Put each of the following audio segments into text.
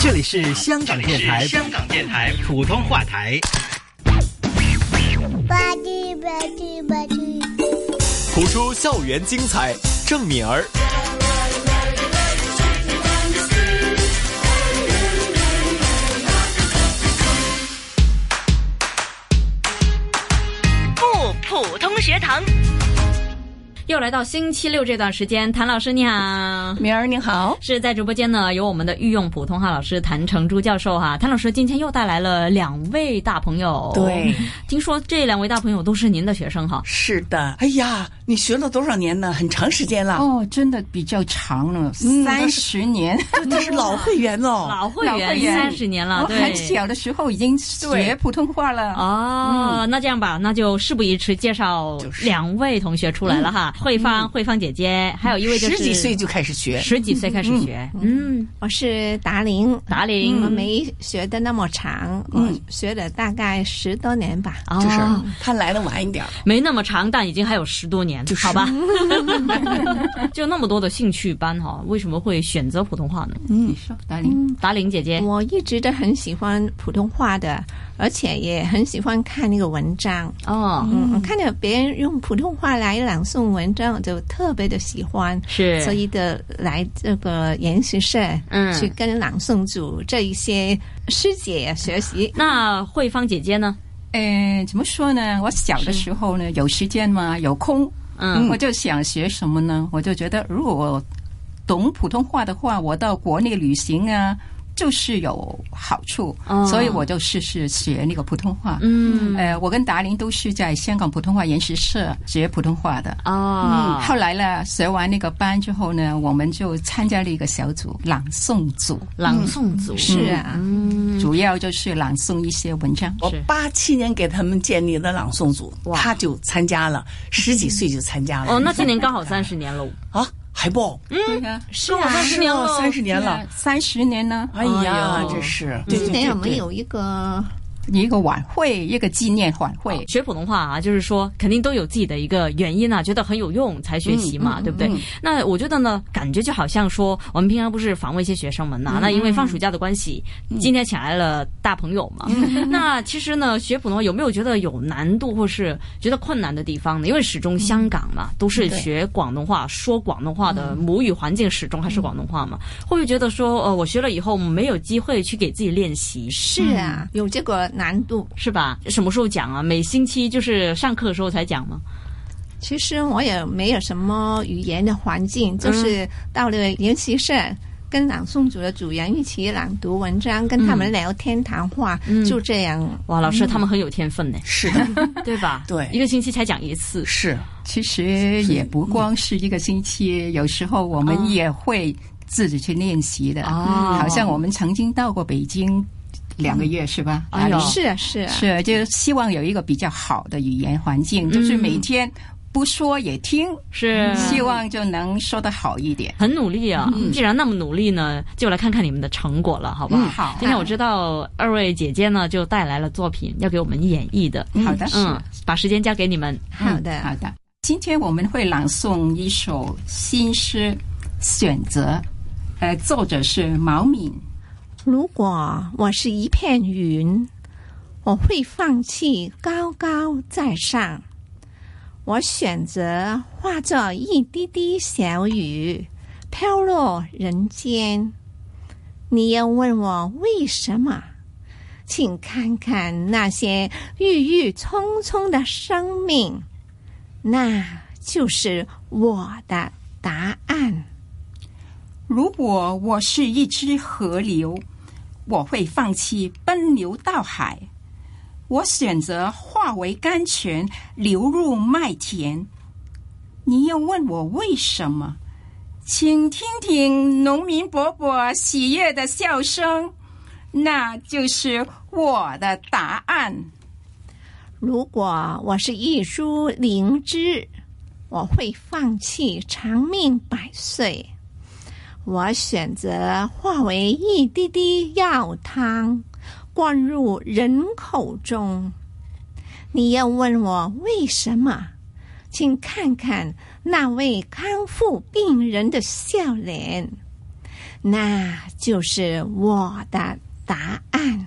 这里是香港电台香港电台普通话台，吧唧吧唧吧唧，谱出校园精彩，郑敏儿。不普通学堂。又来到星期六这段时间，谭老师你好，明儿你好，是在直播间呢，有我们的御用普通话老师谭成珠教授哈、谭老师今天又带来了两位大朋友，对，听说这两位大朋友都是您的学生哈，是的，哎呀，你学了多少年呢？很长时间了，哦，真的比较长了，嗯三十年。 这是老会员喽。老会老员会员三十年了，我啊对，很小的时候已经对学普通话了。哦，那这样吧，那就事不宜迟，介绍嗯就是嗯两位同学出来了哈，慧芳、慧芳姐姐，还有一位就是十几岁就开始学，十几岁开始学，嗯，我是达玲，达玲我没学的那么长，嗯我学了大概十多年吧。哦就是他来的晚一点儿，没那么长，但已经还有十多年，就是好吧？ 就那么多的兴趣班哈，为什么会选择普通话呢？嗯你说，达玲，达玲姐姐，我一直都很喜欢普通话的，而且也很喜欢看那个文章。哦，嗯，我看到别人用普通话来朗诵文章，我就特别的喜欢，是所以的来这个研习社，嗯去跟朗诵组这一些师姐学习。那慧芳姐姐呢？呃，怎么说呢？我小的时候呢，有时间嘛，有空，嗯我就想学什么呢？我就觉得，如果我懂普通话的话，我到国内旅行啊，就是有好处。哦所以我就试试学那个普通话。嗯呃，我跟达玲都是在香港普通话研习社学普通话的。哦，嗯后来呢，学完那个班之后呢，我们就参加了一个小组，朗诵组，朗诵组嗯是啊，主要就是朗诵一些文章。我八七年给他们建立了朗诵组，哇他就参加了，十几岁就参加了。哦，那今年刚好三十年喽，啊，还不哦对呀、是啊，三十年喽，三十年了，三十年呢，哎呀哎，呦这是对今对年对我们对有一个一个晚会，一个纪念晚会。学普通话啊，就是说肯定都有自己的一个原因啊，觉得很有用才学习嘛，对不对？那我觉得呢，感觉就好像说我们平常不是访问一些学生们呐、那因为放暑假的关系，今天请来了大朋友嘛。那其实呢，学普通话有没有觉得有难度或是觉得困难的地方呢？因为始终香港嘛，都是学广东话、说广东话的母语环境，始终还是广东话嘛。会不会觉得说，呃，我学了以后没有机会去给自己练习？是啊，嗯有这个难度。是吧？什么时候讲啊？每星期就是上课的时候才讲吗？其实我也没有什么语言的环境，就是到了研习社。跟朗诵组的组员一起朗读文章，跟他们聊天谈话，嗯就这样。哇，老师他们很有天分呢，是的，嗯对吧？对一个星期才讲一次。是其实也不光是一个星期，有时候我们也会自己去练习的。哦好像我们曾经到过北京两个月，是吧？哎呦达玲是啊，是啊，哦是，就希望有一个比较好的语言环境，就是每天不说也听，是希望就能说得好一点。很努力啊！既然那么努力呢，就来看看你们的成果了，好不好？嗯好今天我知道二位姐姐呢就带来了作品要给我们演绎的，好的，嗯，把时间交给你们。好的。嗯好的。今天我们会朗诵一首新诗《选择》，呃，作者是毛敏。如果我是一片云，我会放弃高高在上，我选择化作一滴滴小雨，飘落人间。你要问我为什么？请看看那些郁郁葱葱的生命，那就是我的答案。如果我是一只河流，我会放弃奔流到海，我选择化为甘泉，流入麦田。你要问我为什么？请听听农民伯伯喜悦的笑声，那就是我的答案。如果我是一株灵芝，我会放弃长命百岁。我选择化为一滴滴药汤，灌入人口中。你要问我为什么？请看看那位康复病人的笑脸，那就是我的答案。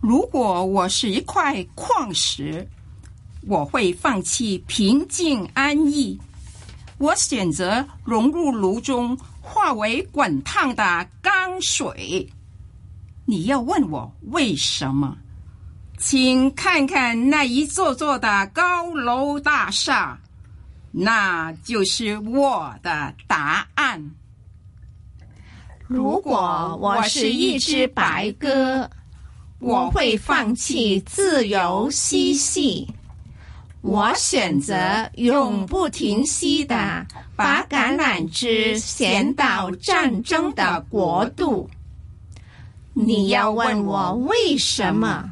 如果我是一块矿石，我会放弃平静安逸，我选择融入炉中，化为滚烫的钢水。你要问我为什么？请看看那一座座的高楼大厦，那就是我的答案。如果我是一只白鸽，我会放弃自由嬉戏。我选择永不停息的把橄榄枝衔到战争的国度。你要问我为什么？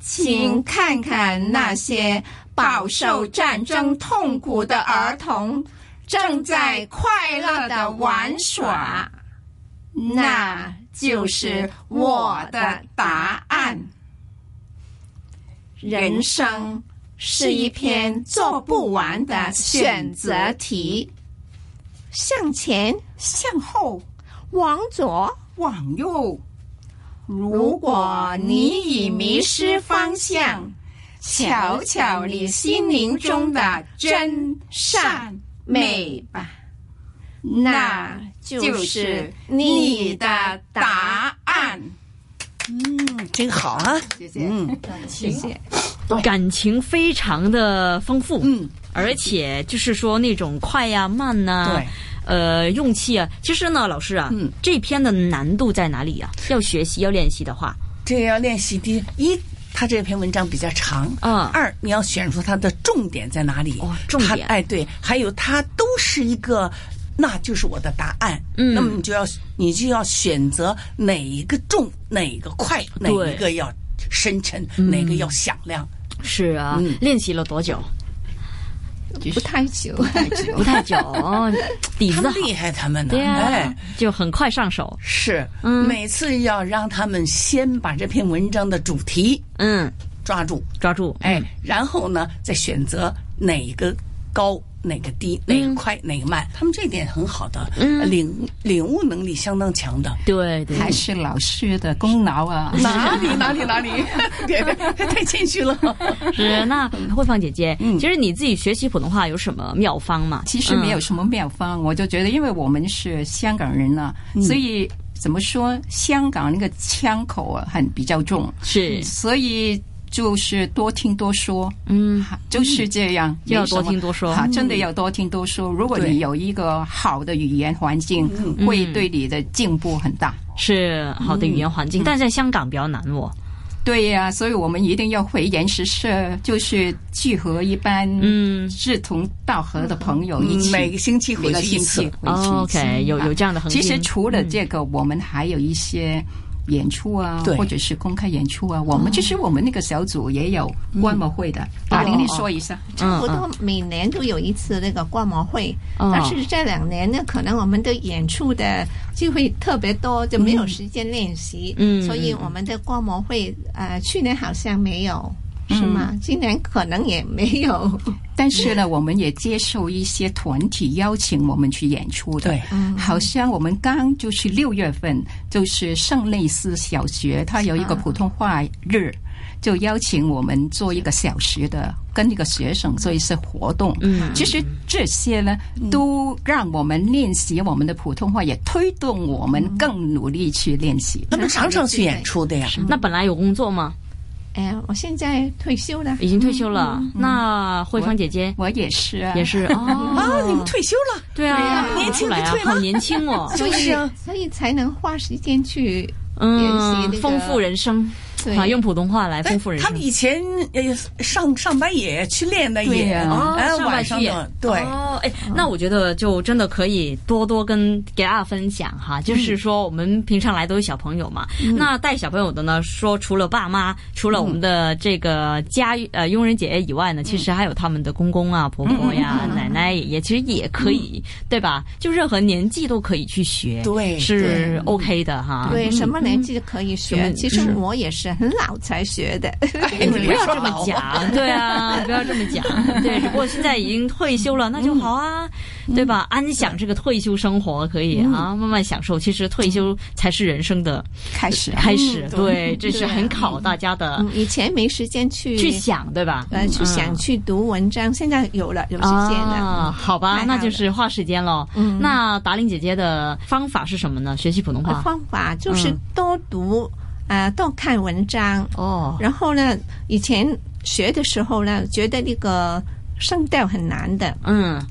请看看那些饱受战争痛苦的儿童正在快乐的玩耍，那就是我的答案。人生是一篇做不完的选择题，向前，向后，往左。往右。如果你已迷失方向，瞧瞧你心灵中的真善美吧，那就就是是你你的的答。答案。 真好啊！谢谢。谢谢。感情非常的丰富，嗯，而且就是说那种快呀、慢呐、对，呃，用气啊。其实呢，老师啊，嗯这篇的难度在哪里啊？要学习要练习的话，这要练习第一，他这篇文章比较长。嗯二，你要选出它的重点在哪里？哦重点它哎，对，还有它都是一个，那就是我的答案。嗯那么你就要你就要选择哪一个重，哪一个快，哪对嗯一个要深沉，哪个要响亮。是啊，嗯练习了多久？不太久，不太 久，哦底他子们好，厉害，他们呢？对啊哎，，就很快上手。是，嗯每次要让他们先把这篇文章的主题嗯，抓住，抓住，哎，然后呢，再选择哪一个高，哪个低，哪个快，哪个慢。他们这一点很好的，嗯领领悟能力相当强的。对对，哎还是老师的功劳啊！哪里哪里 哪里，别别太谦虚了。 是那慧芳姐姐，嗯其实你自己学习普通话有什么妙方嗯吗？其实没有什么妙方，我就觉得，因为我们是香港人了、所以怎么说，香港那个腔口啊，很比较重，是所以就是多听多说，嗯，就是这样，就要没什么多听多说啊，真的要多听多说。如果对你有一个好的语言环境，嗯会对你的进步很大。是好的语嗯言环境，但是在香港比较难哦。对呀、所以我们一定要回岩石社，就是聚合一般嗯志同道合的朋友一起，每个星期每回个去一星期次。回去一次。哦，OK，有啊有这样的嗯恒定其实除了这个，我们还有一些。演出啊对，或者是公开演出啊，我们就是我们那个小组也有观摩嗯会的。哦大玲，你说一下，差不多每年都有一次那个观摩会，哦但是这两年呢，可能我们的演出的机会特别多，就没有时间练习，嗯所以我们的观摩会呃，去年好像没有，嗯是吗？今年可能也没有，但是嗯呢，我们也接受一些团体邀请我们去演出的。对，嗯嗯好像我们刚就是六月份，就是圣类斯小学，它有一个普通话日，就邀请我们做一个小时的，跟一个学生做一些活动。嗯其实这些呢，都让我们练习我们的普通话，也推动我们更努力去练习。嗯他们常常去演出的呀。那本来有工作吗？ 哎、我现在退休了，已经退休嗯了。那慧芳姐姐我也是啊，也是哦，啊，你们退休了，对啊，年出轻来人啊退，了好年轻哦，所以、是啊所以才能花时间去 练习嗯那，个丰富人生对啊，用普通话来丰富人哎他们生。以前呃上上班也去练的对也，呀哎哦上晚半上区呢对。哦，哎，那我觉得就真的可以多多跟给大家分享哈，就是嗯说我们平常来都是小朋友嘛，那带小朋友的呢，说除了爸妈，除了我们的嗯这个家呃佣人姐姐以外呢，其实还有他们的公公啊、婆婆呀、嗯奶奶、爷爷，其实也可以，对吧？就任何年纪都可以去学，对是 OK 的哈。对，什么年纪可以学？啊嗯其是实我也是很老才学的。哎，你不要说这么老嗯讲，对啊，不要这么讲，对，只不过现在已经退休了，那就好好啊，对吧？安享这个退休生活可以啊，嗯慢慢享受。其实退休才是人生的开始啊，开始，对，这是嗯对啊很考大家的嗯以前没时间去啊去想，对吧？呃去嗯想去读文章，现在有了有时间啊，了。好吧，太那好就了是花时间喽。嗯那达令姐姐的方法是什么呢？学习普通呃话方法就是嗯多读啊，多看文章，哦，然后呢，以前学的时候呢，觉得那个声调很难的， 嗯，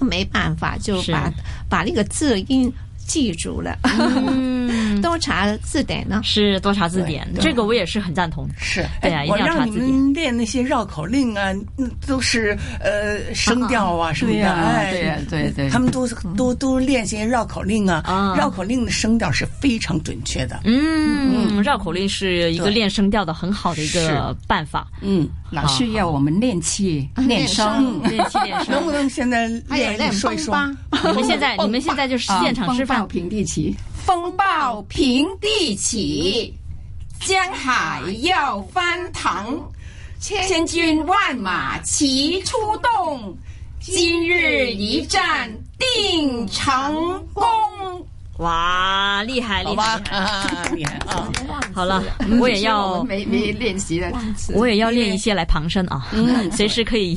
没办法，就是把把那个字音记住了。嗯 多查字典呢，是多查字典，对这个我也是很赞同。是，对啊哎一我定要查让你字典们练那些绕口令啊，嗯都是呃声调啊什么对的，呀，哎，对呀，对对嗯他。们都都都练些绕口令啊啊，绕口令的声调是非常准确的。嗯，绕口令是一个对练声调的很好的一个是办法，嗯，老师要我们练气、嗯练声，练气嗯练能不声。能现在还有练练你说一风说？吧， 你们现在你们现在就是现场示风暴范，平地起，啊风暴平地起，江海要翻腾，千军万马齐出动，今日一战定成功。哇，厉害好厉吧害！，啊，厉害啊！好了，我也要哦没没练习的，我也要练一些来旁声啊， 随时可以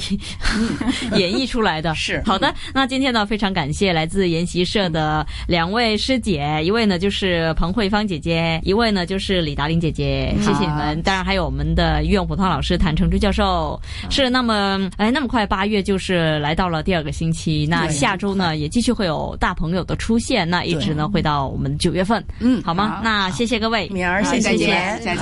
演绎出来的。是好的。那今天呢，非常感谢来自研习社的两位师姐，一位呢就是彭慧芳姐姐，一位呢就是李达玲姐姐，谢谢你们。当然还有我们的御用普通话老师谭成珠教授。是，那么哎，那么快八月就是来到了第二个星期，那对下周呢也继续会有大朋友的嗯出现，那一直呢会到我们九月份，嗯，好吗？那谢谢各位，敏儿，谢谢再你见们再见